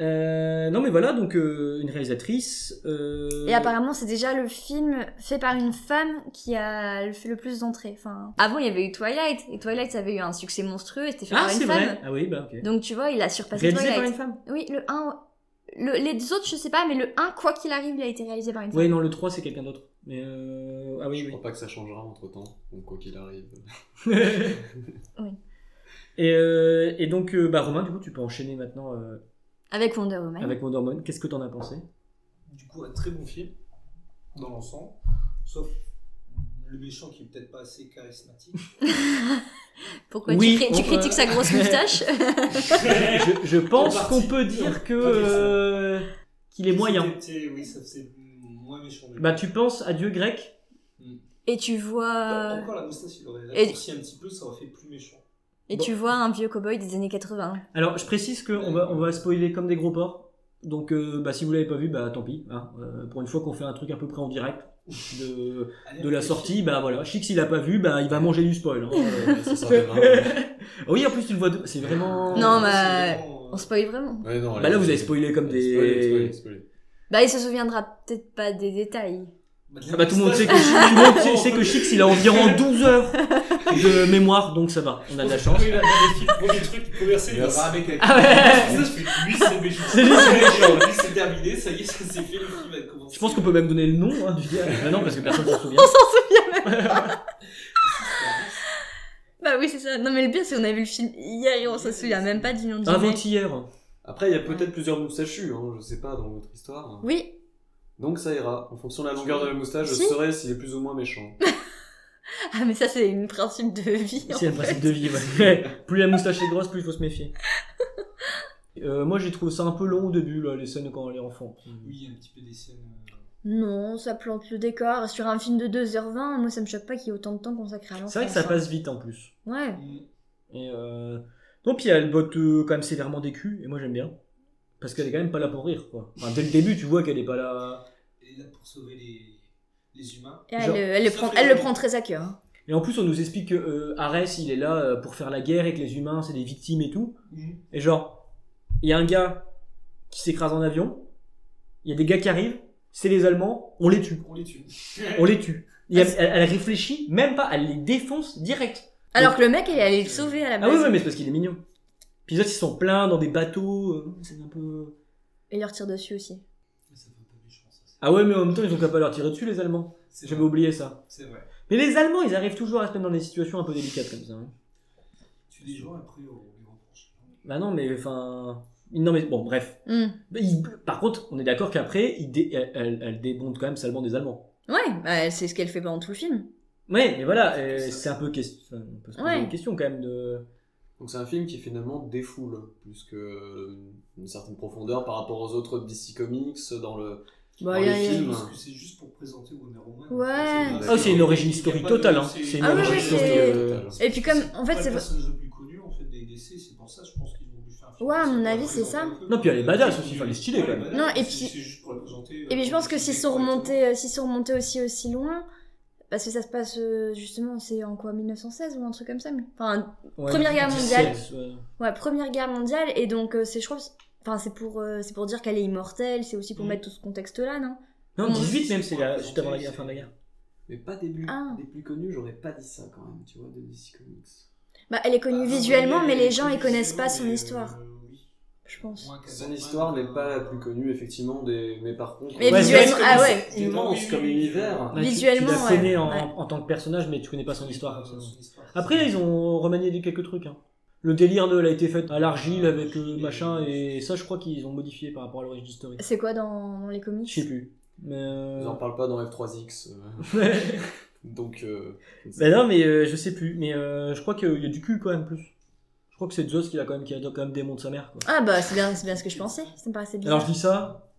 [SPEAKER 6] Euh, non, mais voilà, donc euh, une réalisatrice. euh,
[SPEAKER 7] Et apparemment, c'est déjà le film fait par une femme qui a fait le plus d'entrées. Enfin, avant, il y avait eu Twilight, et Twilight, ça avait eu un succès monstrueux, et c'était fait
[SPEAKER 6] Ah,
[SPEAKER 7] par une
[SPEAKER 6] c'est
[SPEAKER 7] femme.
[SPEAKER 6] vrai. Ah oui, bah ok.
[SPEAKER 7] Donc, tu vois, il a surpassé
[SPEAKER 6] Réalisé par
[SPEAKER 7] Twilight.
[SPEAKER 6] une femme.
[SPEAKER 7] Oui, le 1. Le, les autres, je sais pas, mais le 1, quoi qu'il arrive, il a été réalisé par une femme.
[SPEAKER 6] Oui, non, le 3 c'est quelqu'un d'autre. Mais euh... Ah oui,
[SPEAKER 8] Je
[SPEAKER 6] oui.
[SPEAKER 8] crois pas que ça changera entre temps, donc quoi qu'il arrive.
[SPEAKER 7] Oui.
[SPEAKER 6] Et, euh, et donc, euh, bah, Romain, du coup, tu peux enchaîner maintenant euh,
[SPEAKER 7] Avec Wonder Woman.
[SPEAKER 6] avec Wonder Woman. Qu'est-ce que t'en as pensé
[SPEAKER 1] Du coup, un très bon film dans l'ensemble, sauf le méchant qui est peut-être pas assez charismatique.
[SPEAKER 7] Pourquoi
[SPEAKER 6] Oui,
[SPEAKER 7] tu, cri-
[SPEAKER 6] on-
[SPEAKER 7] tu critiques sa grosse moustache
[SPEAKER 6] je, je pense
[SPEAKER 1] Parti.
[SPEAKER 6] qu'on peut dire que
[SPEAKER 1] Non, pas
[SPEAKER 6] euh, qu'il est moyen.
[SPEAKER 1] C'était- Oui, ça faisait moins méchant. Hmm.
[SPEAKER 6] Bah, tu penses à Dieu grec
[SPEAKER 7] Et tu
[SPEAKER 6] Euh,
[SPEAKER 7] vois.
[SPEAKER 1] Encore la moustache, il aurait
[SPEAKER 7] et-
[SPEAKER 1] raccourci un petit peu, ça aurait fait plus méchant.
[SPEAKER 7] Et
[SPEAKER 6] Bon.
[SPEAKER 7] tu vois un vieux cowboy des années 80.
[SPEAKER 6] Alors, je précise qu'on va, on va spoiler comme des gros porcs. Donc, euh, bah, si vous l'avez pas vu, bah, tant pis. hein. Euh, pour une fois qu'on fait un truc à peu près en direct de,
[SPEAKER 1] Allez,
[SPEAKER 6] de la
[SPEAKER 1] réfléchis.
[SPEAKER 6] sortie, bah voilà. Chic, s'il a pas vu, bah, il va manger du spoil. hein. Euh,
[SPEAKER 8] ça sera demain.
[SPEAKER 6] oui, en plus, tu le vois. de- C'est vraiment.
[SPEAKER 7] Non,
[SPEAKER 1] C'est
[SPEAKER 7] bah,
[SPEAKER 1] vraiment, euh,
[SPEAKER 7] On
[SPEAKER 6] Ah
[SPEAKER 7] spoil vraiment.
[SPEAKER 8] Ouais, non,
[SPEAKER 6] Bah
[SPEAKER 8] allez,
[SPEAKER 6] là, vous
[SPEAKER 8] allez.
[SPEAKER 6] avez spoilé comme des.
[SPEAKER 8] Spoiler, spoiler, spoiler.
[SPEAKER 7] Bah, il se souviendra peut-être pas des détails.
[SPEAKER 1] de la
[SPEAKER 6] Ah bah tout le monde sait que,
[SPEAKER 1] moustache,
[SPEAKER 6] tout le monde sait- sait que Chix il a environ 12 heures de mémoire donc ça va, on a de la chance.
[SPEAKER 1] Oui, là, dans le film, le premier truc, le premier scène, il y
[SPEAKER 8] Merci.
[SPEAKER 1] aura un mec avec
[SPEAKER 6] Ah ouais.
[SPEAKER 1] Ça, je fais, lui, c'est méchant.
[SPEAKER 6] C'est lui, c'est méchant.
[SPEAKER 1] Lui, c'est terminé, ça y est, ça s'est fait, le film va commencer.
[SPEAKER 6] Je pense qu'on peut même donner le nom hein, du gars. Bah non parce que personne s'en souvient.
[SPEAKER 7] On s'en souvient même Bah oui, c'est ça. Non, mais le pire, c'est qu'on a vu le film hier et on s'en souvient même pas du nom du mec.
[SPEAKER 6] Avant-hier.
[SPEAKER 8] Après, il y a peut-être plusieurs moustachus, hein, je sais pas, dans votre histoire.
[SPEAKER 7] Oui.
[SPEAKER 8] Donc ça ira. En fonction de la longueur de la moustache, je
[SPEAKER 7] Si.
[SPEAKER 8] saurai s'il est plus ou moins méchant.
[SPEAKER 7] Ah, mais ça, c'est une principe de vie. hein. en
[SPEAKER 6] C'est un
[SPEAKER 7] fait.
[SPEAKER 6] principe de vie. ouais. Eh, plus la moustache est grosse, plus il faut se méfier. Euh, moi j'ai trouvé ça un peu long au début là, les scènes quand elle est enfant.
[SPEAKER 1] Oui, un petit peu des scènes. euh,
[SPEAKER 7] Non, ça plante le décor. Sur un film de 2h20, moi, ça me choque pas qu'il y ait autant de temps consacré à l'enfance.
[SPEAKER 6] C'est vrai que ça
[SPEAKER 7] hein.
[SPEAKER 6] passe vite en plus.
[SPEAKER 7] Ouais.
[SPEAKER 6] Et euh... Non puis elle botte euh, quand même sévèrement des culs et moi j'aime bien. Parce qu'elle est quand même pas là pour rire quoi. Enfin, dès le début tu vois qu'elle est pas là.
[SPEAKER 1] Et là, pour sauver les, les humains.
[SPEAKER 7] Elle,
[SPEAKER 6] Genre,
[SPEAKER 7] le- elle le
[SPEAKER 1] ça,
[SPEAKER 7] prend,
[SPEAKER 1] c'est-
[SPEAKER 7] elle le prend très à cœur. hein.
[SPEAKER 6] Et en plus, on nous explique que euh, Arès, il est là euh, pour faire la guerre et que les humains, c'est des victimes et tout. Et genre, il y a un gars qui s'écrase en avion, il y a des gars qui arrivent, c'est les Allemands, on les tue.
[SPEAKER 1] On les tue.
[SPEAKER 6] On les tue. Il y a- elle, elle réfléchit même pas, elle les défonce direct.
[SPEAKER 7] Alors que le mec, il est allé le sauver à la
[SPEAKER 6] Ah
[SPEAKER 7] base.
[SPEAKER 6] oui, oui, mais c'est parce qu'il est mignon. Puis les autres, ils sont pleins dans des bateaux, euh, c'est un peu...
[SPEAKER 7] Il leur tire dessus aussi.
[SPEAKER 1] Mais ça fait un peu méchant, ça. c'est-
[SPEAKER 6] Ah ouais, mais en même temps, ils ont qu'à pas leur tirer dessus, les Allemands.
[SPEAKER 1] C'est
[SPEAKER 6] J'avais
[SPEAKER 1] vrai.
[SPEAKER 6] oublié ça.
[SPEAKER 1] C'est vrai.
[SPEAKER 6] Mais les Allemands, ils arrivent toujours à se mettre dans des situations un peu délicates comme ça. hein.
[SPEAKER 1] Tu les gens, après, on les reproche.
[SPEAKER 6] Bah non, mais enfin... Non mais bon, bref.
[SPEAKER 7] Hmm.
[SPEAKER 6] Mais il- par contre, on est d'accord qu'après, il dé- elle, elle- elle débonde quand même salement des Allemands.
[SPEAKER 7] Ouais, bah, c'est ce qu'elle fait pendant tout le film.
[SPEAKER 6] Ouais, mais voilà, euh, c'est un peu question. On peut se poser
[SPEAKER 7] Ouais.
[SPEAKER 6] une question quand même de.
[SPEAKER 8] Donc c'est un film qui finalement défoule, plus que euh, une certaine profondeur par rapport aux autres DC Comics, dans le...
[SPEAKER 7] Bah,
[SPEAKER 8] Dans
[SPEAKER 7] il y a-
[SPEAKER 8] les
[SPEAKER 7] il y a-
[SPEAKER 8] films.
[SPEAKER 1] Parce que c'est juste pour présenter Wonder Woman.
[SPEAKER 7] Ouais.
[SPEAKER 1] Enfin,
[SPEAKER 8] Ah, c'est une
[SPEAKER 6] origin story
[SPEAKER 1] Il y a pas
[SPEAKER 6] totale,
[SPEAKER 1] de-
[SPEAKER 6] hein. C'est une
[SPEAKER 7] Ah oui,
[SPEAKER 8] origin
[SPEAKER 7] oui,
[SPEAKER 8] story,
[SPEAKER 7] c'est-
[SPEAKER 8] euh,
[SPEAKER 7] Et puis comme,
[SPEAKER 1] C'est
[SPEAKER 7] en fait,
[SPEAKER 1] pas
[SPEAKER 7] c'est...
[SPEAKER 1] le personnage le plus connu en fait des DC, c'est pour ça je pense qu'ils ont dû faire un film.
[SPEAKER 7] Ouais, à mon
[SPEAKER 1] pour
[SPEAKER 7] avis,
[SPEAKER 1] la
[SPEAKER 7] c'est ça.
[SPEAKER 1] présenter un peu.
[SPEAKER 6] Non, puis elle est badass aussi, enfin, elle est stylée,
[SPEAKER 1] Ouais,
[SPEAKER 6] quand
[SPEAKER 1] elle est
[SPEAKER 6] même.
[SPEAKER 1] badass,
[SPEAKER 7] Non, et puis-
[SPEAKER 1] c'est- c'est juste pour la présenter.
[SPEAKER 7] Et puis je pense que s'ils sont
[SPEAKER 1] remonté
[SPEAKER 7] remontés, euh, s'ils sont remontés aussi aussi loin, parce que ça se passe euh, justement, c'est en quoi 1916 ou un truc comme ça. mais- Enfin,
[SPEAKER 6] Ouais,
[SPEAKER 7] Première Guerre
[SPEAKER 6] 17, ouais.
[SPEAKER 7] ouais, première guerre mondiale et donc euh, c'est, je crois, que c'est- enfin c'est pour, euh, c'est pour dire qu'elle est immortelle, c'est aussi pour
[SPEAKER 1] Mhm.
[SPEAKER 7] mettre tout ce contexte-là, non
[SPEAKER 6] Non,
[SPEAKER 7] Ouais.
[SPEAKER 6] 18 même, c'est la... juste avant la guerre, fin de la guerre.
[SPEAKER 8] Mais pas des, plus-
[SPEAKER 7] Ah.
[SPEAKER 8] des plus connus, j'aurais pas dit ça quand même, tu vois, des DC Comics.
[SPEAKER 7] Bah, elle est connue
[SPEAKER 1] Ah,
[SPEAKER 7] visuellement, mais les gens ils connaissent pas son histoire, je pense.
[SPEAKER 8] Son histoire
[SPEAKER 1] euh,
[SPEAKER 8] n'est pas la plus connue, effectivement, des... mais par contre... euh,
[SPEAKER 7] Mais
[SPEAKER 6] Ouais,
[SPEAKER 7] visuellement,
[SPEAKER 6] c'est-
[SPEAKER 7] ah ouais.
[SPEAKER 8] c'est immense comme univers.
[SPEAKER 6] Ouais, tu-
[SPEAKER 7] Visuellement,
[SPEAKER 6] tu, la connais
[SPEAKER 7] ouais.
[SPEAKER 6] en,
[SPEAKER 7] Ouais.
[SPEAKER 6] en tant que personnage, mais tu connais pas son histoire. forcément. Après, ils ont remanié des- quelques trucs. hein. Le délire de elle a été faite à l'argile avec euh, machin, et ça, je crois qu'ils ont modifié par rapport à l'origin story.
[SPEAKER 7] C'est quoi dans, dans les comics
[SPEAKER 6] Je sais plus. Mais. euh,
[SPEAKER 8] Ils en parlent pas dans F3X, euh, donc... euh,
[SPEAKER 6] Bah non, mais euh, je sais plus. Mais euh, je crois qu'il y a du cul quand même plus. Je crois que c'est Zeus qui a quand même, qui a quand même des monts de sa mère. Quoi.
[SPEAKER 7] Ah bah c'est bien, c'est bien ce que je pensais, ça me paraissait bien.
[SPEAKER 6] Alors je dis ça,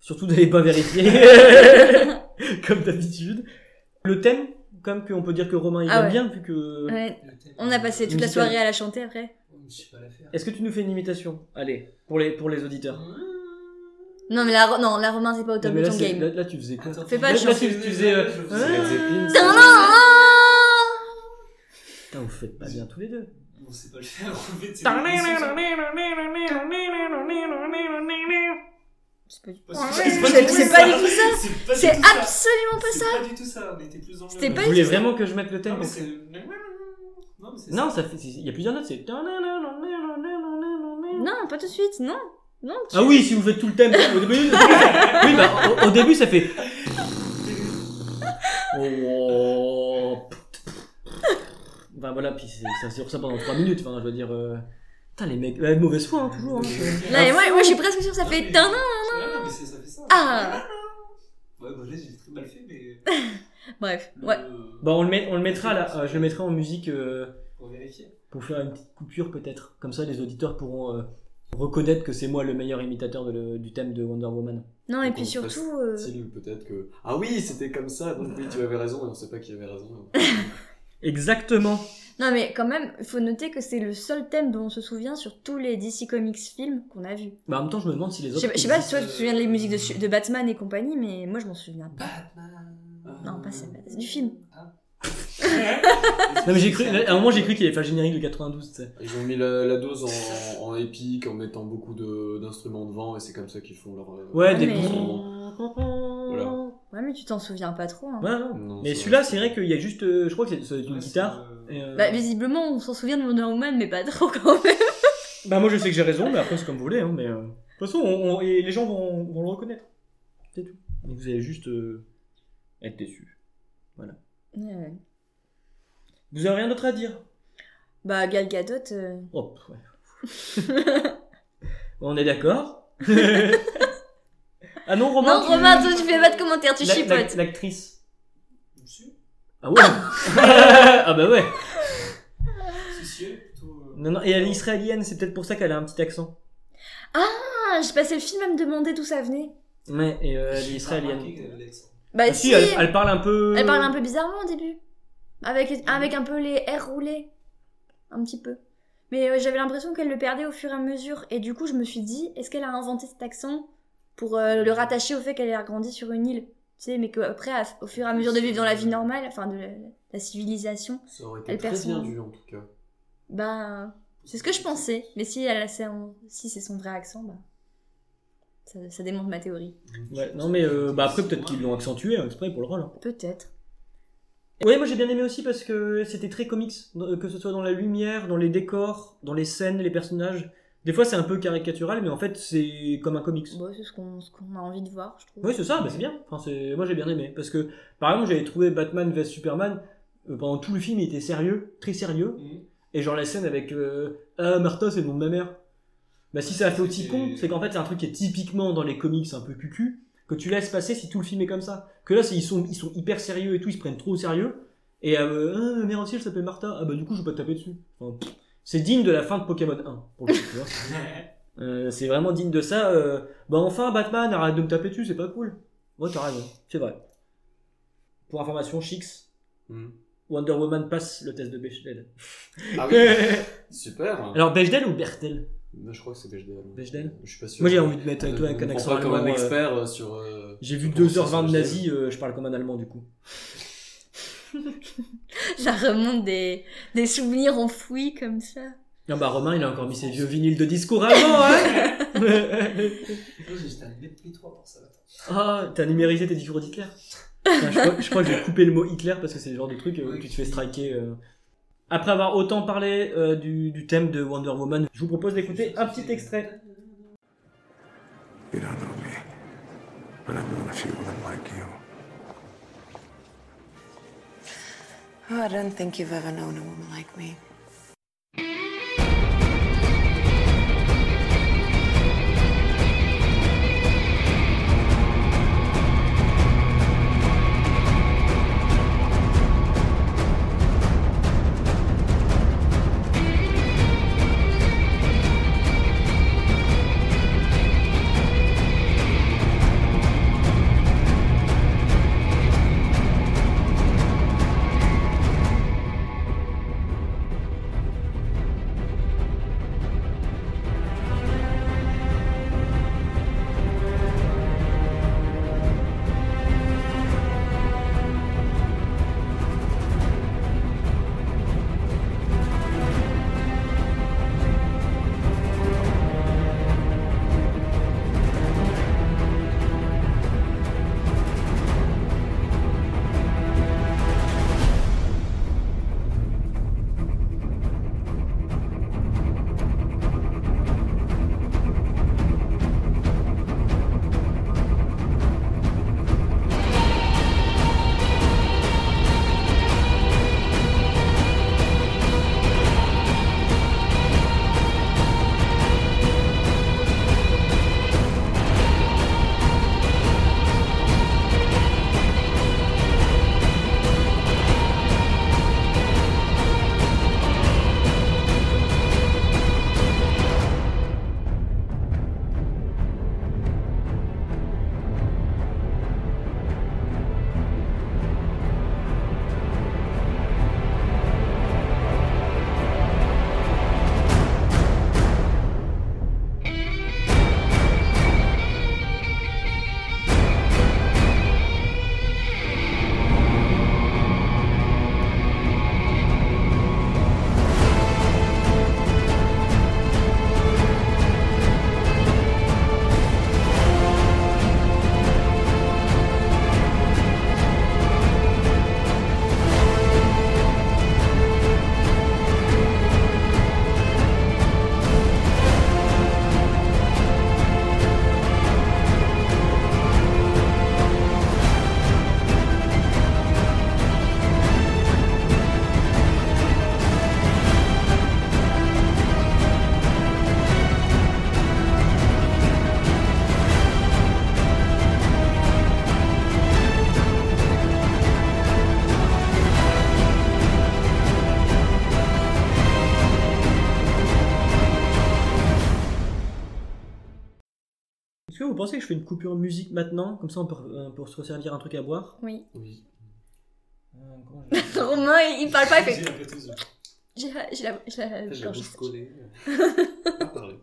[SPEAKER 6] surtout d'aller pas vérifier, comme d'habitude. Le thème, quand même, qu'on peut dire que Romain il
[SPEAKER 7] Ah
[SPEAKER 6] aime
[SPEAKER 7] ouais.
[SPEAKER 6] bien, vu que.
[SPEAKER 7] Ouais, on a passé toute la
[SPEAKER 6] Musical.
[SPEAKER 7] soirée à la chanter après.
[SPEAKER 1] Je sais pas la faire.
[SPEAKER 6] Est-ce que tu nous fais une imitation Allez, pour les, pour les auditeurs.
[SPEAKER 7] Non mais la, non, la Romain c'est pas au
[SPEAKER 6] Non,
[SPEAKER 7] top
[SPEAKER 6] mais
[SPEAKER 7] de
[SPEAKER 6] là,
[SPEAKER 7] ton
[SPEAKER 6] c'est-
[SPEAKER 7] game.
[SPEAKER 6] là- là, tu faisais quoi
[SPEAKER 1] Attends,
[SPEAKER 7] Fais pas
[SPEAKER 1] là,
[SPEAKER 7] de
[SPEAKER 1] là,
[SPEAKER 6] chanson.
[SPEAKER 1] tu- tu faisais, euh,
[SPEAKER 6] Je faisais
[SPEAKER 1] ah.
[SPEAKER 8] Led Zeppelin,
[SPEAKER 7] Tain,
[SPEAKER 8] ça.
[SPEAKER 6] Putain, Ah, vous faites pas bien tous les deux.
[SPEAKER 1] On sait pas le faire. en fait, c'est-
[SPEAKER 7] C'est pas-
[SPEAKER 1] C'est
[SPEAKER 7] C'est-
[SPEAKER 1] du tout
[SPEAKER 7] c'est
[SPEAKER 1] ça.
[SPEAKER 7] pas du tout ça.
[SPEAKER 1] C'est pas du
[SPEAKER 7] C'est
[SPEAKER 1] tout ça.
[SPEAKER 7] absolument pas
[SPEAKER 1] C'est
[SPEAKER 7] ça.
[SPEAKER 1] pas du tout ça. On était plus dans le.
[SPEAKER 7] C'était
[SPEAKER 6] Vous
[SPEAKER 7] pas
[SPEAKER 6] voulez
[SPEAKER 7] une-
[SPEAKER 6] vraiment que je mette le thème
[SPEAKER 1] Non, mais
[SPEAKER 6] pour-
[SPEAKER 1] c'est. Non, mais c'est
[SPEAKER 6] Non,
[SPEAKER 1] ça.
[SPEAKER 6] ça fait. Il y a plusieurs notes, c'est.
[SPEAKER 7] Non, pas tout de suite, non. Non, tu-
[SPEAKER 6] Ah oui, si vous faites tout le thème au début. oui, bah, au, au début, ça fait. Oh. Bah voilà, puis c'est- ça dure ça pendant 3 minutes. Enfin, je veux dire. euh, Putain, les mecs. ouais, mauvaise foi, hein, toujours. hein.
[SPEAKER 1] Ah,
[SPEAKER 7] Non, mais moi, moi, je suis presque sûre que ça fait un an.
[SPEAKER 1] Ouais, non, mais c'est- ça fait ça.
[SPEAKER 7] Ah.
[SPEAKER 1] Ouais, bah là, j'ai très mal fait, mais.
[SPEAKER 7] Bref, ouais.
[SPEAKER 1] le-
[SPEAKER 6] Bon, Bah, on le, met, on le mettra là. euh, je le mettrai en musique euh,
[SPEAKER 1] Pour vérifier.
[SPEAKER 6] pour faire une petite coupure, peut-être. Comme ça, les auditeurs pourront euh, reconnaître que c'est moi le meilleur imitateur de le- du thème de Wonder Woman.
[SPEAKER 7] Non, et
[SPEAKER 8] Donc,
[SPEAKER 7] puis
[SPEAKER 8] on passe-
[SPEAKER 7] surtout. euh,
[SPEAKER 8] Style, peut-être que... Ah oui, c'était comme ça, donc oui, tu avais raison, et on sait pas qui avait raison.
[SPEAKER 6] Exactement.
[SPEAKER 7] Non, mais quand même, il faut noter que c'est le seul thème dont on se souvient sur tous les DC Comics films qu'on a vus.
[SPEAKER 6] Bah, en même temps, je me demande si les
[SPEAKER 7] Je
[SPEAKER 6] autres.
[SPEAKER 7] sais pas- je sais pas si toi tu te souviens des musiques de, su- de Batman et compagnie, mais moi je m'en souviens pas. Non, pas celle-là, c'est du film.
[SPEAKER 1] Ah.
[SPEAKER 6] Non, mais j'ai cru. À un moment, j'ai cru qu'il allait faire le générique de 92. tu sais.
[SPEAKER 8] Ils ont mis la, la dose en, en épique, en mettant beaucoup de- d'instruments devant, et c'est comme ça qu'ils font leur... euh,
[SPEAKER 6] Ouais, des
[SPEAKER 7] Ah, mais-
[SPEAKER 8] son. Voilà.
[SPEAKER 7] Ouais, mais tu t'en souviens pas trop. hein.
[SPEAKER 6] Ouais, non.
[SPEAKER 8] Non,
[SPEAKER 6] mais
[SPEAKER 8] ça-
[SPEAKER 6] celui-là, c'est vrai qu'il y a juste. euh, je crois que c'est c'est une
[SPEAKER 1] Ouais, c'est,
[SPEAKER 6] guitare.
[SPEAKER 1] euh,
[SPEAKER 6] et, euh,
[SPEAKER 7] Bah, visiblement, on s'en souvient de Wonder Woman, mais pas trop quand même.
[SPEAKER 6] bah, moi, je sais que j'ai raison, mais après, c'est comme vous voulez. hein, mais, euh, de toute façon, on- on- et les gens vont, vont le reconnaître. C'est tout. Donc, vous allez juste euh, être déçus.
[SPEAKER 7] Ouais, ouais.
[SPEAKER 6] Vous avez rien d'autre à dire
[SPEAKER 7] Bah, Gal Gadot. euh,
[SPEAKER 6] Oh, pff, ouais. On est d'accord Ah non, Romain
[SPEAKER 7] Non,
[SPEAKER 6] tu-
[SPEAKER 7] Romain, toi, tu fais pas de commentaires, tu
[SPEAKER 6] La- la-
[SPEAKER 7] chipotes.
[SPEAKER 6] L'actrice.
[SPEAKER 1] Monsieur
[SPEAKER 6] Ah ouais Ah bah ouais
[SPEAKER 1] Si, si, elle est plutôt. euh,
[SPEAKER 6] non, non, Et elle est israélienne, c'est peut-être pour ça qu'elle a un petit accent.
[SPEAKER 7] Ah, j'ai passé le film à me demander d'où ça venait.
[SPEAKER 6] Ouais, et euh, elle
[SPEAKER 1] j'ai
[SPEAKER 6] est
[SPEAKER 1] pas
[SPEAKER 6] israélienne.
[SPEAKER 1] remarqué qu'elle avait l'accent.
[SPEAKER 7] Bah,
[SPEAKER 6] Ah si, elle, elle parle un peu.
[SPEAKER 7] Elle parle un peu bizarrement au début. Avec, avec un peu les R roulés. Un petit peu. Mais euh, j'avais l'impression qu'elle le perdait au fur et à mesure. Et du coup, je me suis dit, est-ce qu'elle a inventé cet accent pour euh, le rattacher au fait qu'elle a grandi sur une île sais, mais qu'après, au fur et à mesure de vivre dans la vie normale, enfin de la, la civilisation,
[SPEAKER 8] Ça aurait été
[SPEAKER 7] Elle
[SPEAKER 8] très
[SPEAKER 7] perçoit.
[SPEAKER 8] bien vu en tout cas.
[SPEAKER 7] bah, c'est ce que je pensais. Mais si, elle a son- si c'est son vrai accent, bah, ça, ça démonte ma théorie.
[SPEAKER 6] Ouais, non mais euh, bah après peut-être qu'ils l'ont accentué hein, exprès pour le rôle. hein.
[SPEAKER 7] Peut-être.
[SPEAKER 6] Ouais, moi j'ai bien aimé aussi parce que c'était très comics, euh, que ce soit dans la lumière, dans les décors, dans les scènes, les personnages. Des fois c'est un peu caricatural, mais en fait c'est comme un comics.
[SPEAKER 7] Bon, c'est ce qu'on ce qu'on a envie de voir, je trouve.
[SPEAKER 6] Oui, c'est ça, bah, c'est bien. Enfin, c'est- Moi j'ai bien aimé. Parce que par exemple, j'avais trouvé Batman vs Superman euh, pendant tout le film, il était sérieux, très sérieux.
[SPEAKER 1] Mhm.
[SPEAKER 6] Et genre la scène avec euh, Ah, Martha, c'est le nom de ma mère. Bah si
[SPEAKER 8] Ah,
[SPEAKER 6] ça a fait aussi con, c'est qu'en fait c'est un truc qui est typiquement dans les comics un peu cucu, que tu laisses passer si tout le film est comme ça. Que là, c'est- ils sont, ils sont hyper sérieux et tout, ils se prennent trop au sérieux. Et euh, Ah, ma mère aussi, elle s'appelle Martha. Ah bah du coup, je vais pas te taper dessus. Enfin, pff, c'est digne de la fin de Pokémon 1, pour le coup, tu vois. Euh, c'est vraiment digne de ça. euh, bah enfin, Batman, arrête de me taper dessus, c'est pas cool. Moi, t'as raison, c'est vrai. Pour information, Chix,
[SPEAKER 8] Hmm.
[SPEAKER 6] Wonder Woman passe le test de Bechdel.
[SPEAKER 8] Ah oui, super.
[SPEAKER 6] Alors, Bechdel ou Bertel
[SPEAKER 8] Bah, je crois que c'est Bechdel.
[SPEAKER 6] Bechdel
[SPEAKER 8] Je suis pas sûr.
[SPEAKER 6] Moi, j'ai envie de mettre avec
[SPEAKER 8] Euh,
[SPEAKER 6] toi avec
[SPEAKER 8] on
[SPEAKER 6] un
[SPEAKER 8] prend
[SPEAKER 6] accent
[SPEAKER 8] pas comme
[SPEAKER 6] allemand.
[SPEAKER 8] un
[SPEAKER 6] euh,
[SPEAKER 8] expert euh, sur. euh,
[SPEAKER 6] J'ai vu
[SPEAKER 8] comment
[SPEAKER 6] 2h20 de
[SPEAKER 8] ça se
[SPEAKER 6] nazi, euh, je parle comme un allemand du coup.
[SPEAKER 7] Ça remonte des, des souvenirs enfouis comme ça.
[SPEAKER 6] Non, bah Romain, il a encore mis ses vieux vinyles de discours allemand, hein
[SPEAKER 1] Moi, j'ai juste un MP3 pour ça. attends.
[SPEAKER 6] Ah, t'as numérisé tes discours d'Hitler Putain, je, crois, je crois que j'ai coupé le mot Hitler parce que c'est le genre de truc euh, où tu te fais striker. euh. Après avoir autant parlé euh, du, du thème de Wonder Woman, je vous propose d'écouter un petit extrait.
[SPEAKER 5] You don't know me, but I've known a few of them like you.
[SPEAKER 9] Oh, I don't think you've ever known a woman like me.
[SPEAKER 6] Est-ce que vous pensez que je fais une coupure musique maintenant Comme ça on peut, euh, pour se resservir un truc à boire
[SPEAKER 7] Oui.
[SPEAKER 8] Oui.
[SPEAKER 7] Romain, il parle pas, il fait.
[SPEAKER 1] J'ai un peu tous.
[SPEAKER 7] J'ai la, j'ai la, j'ai la
[SPEAKER 8] J'ai
[SPEAKER 7] gorge
[SPEAKER 8] la Ah, bouche collée. Pas parler.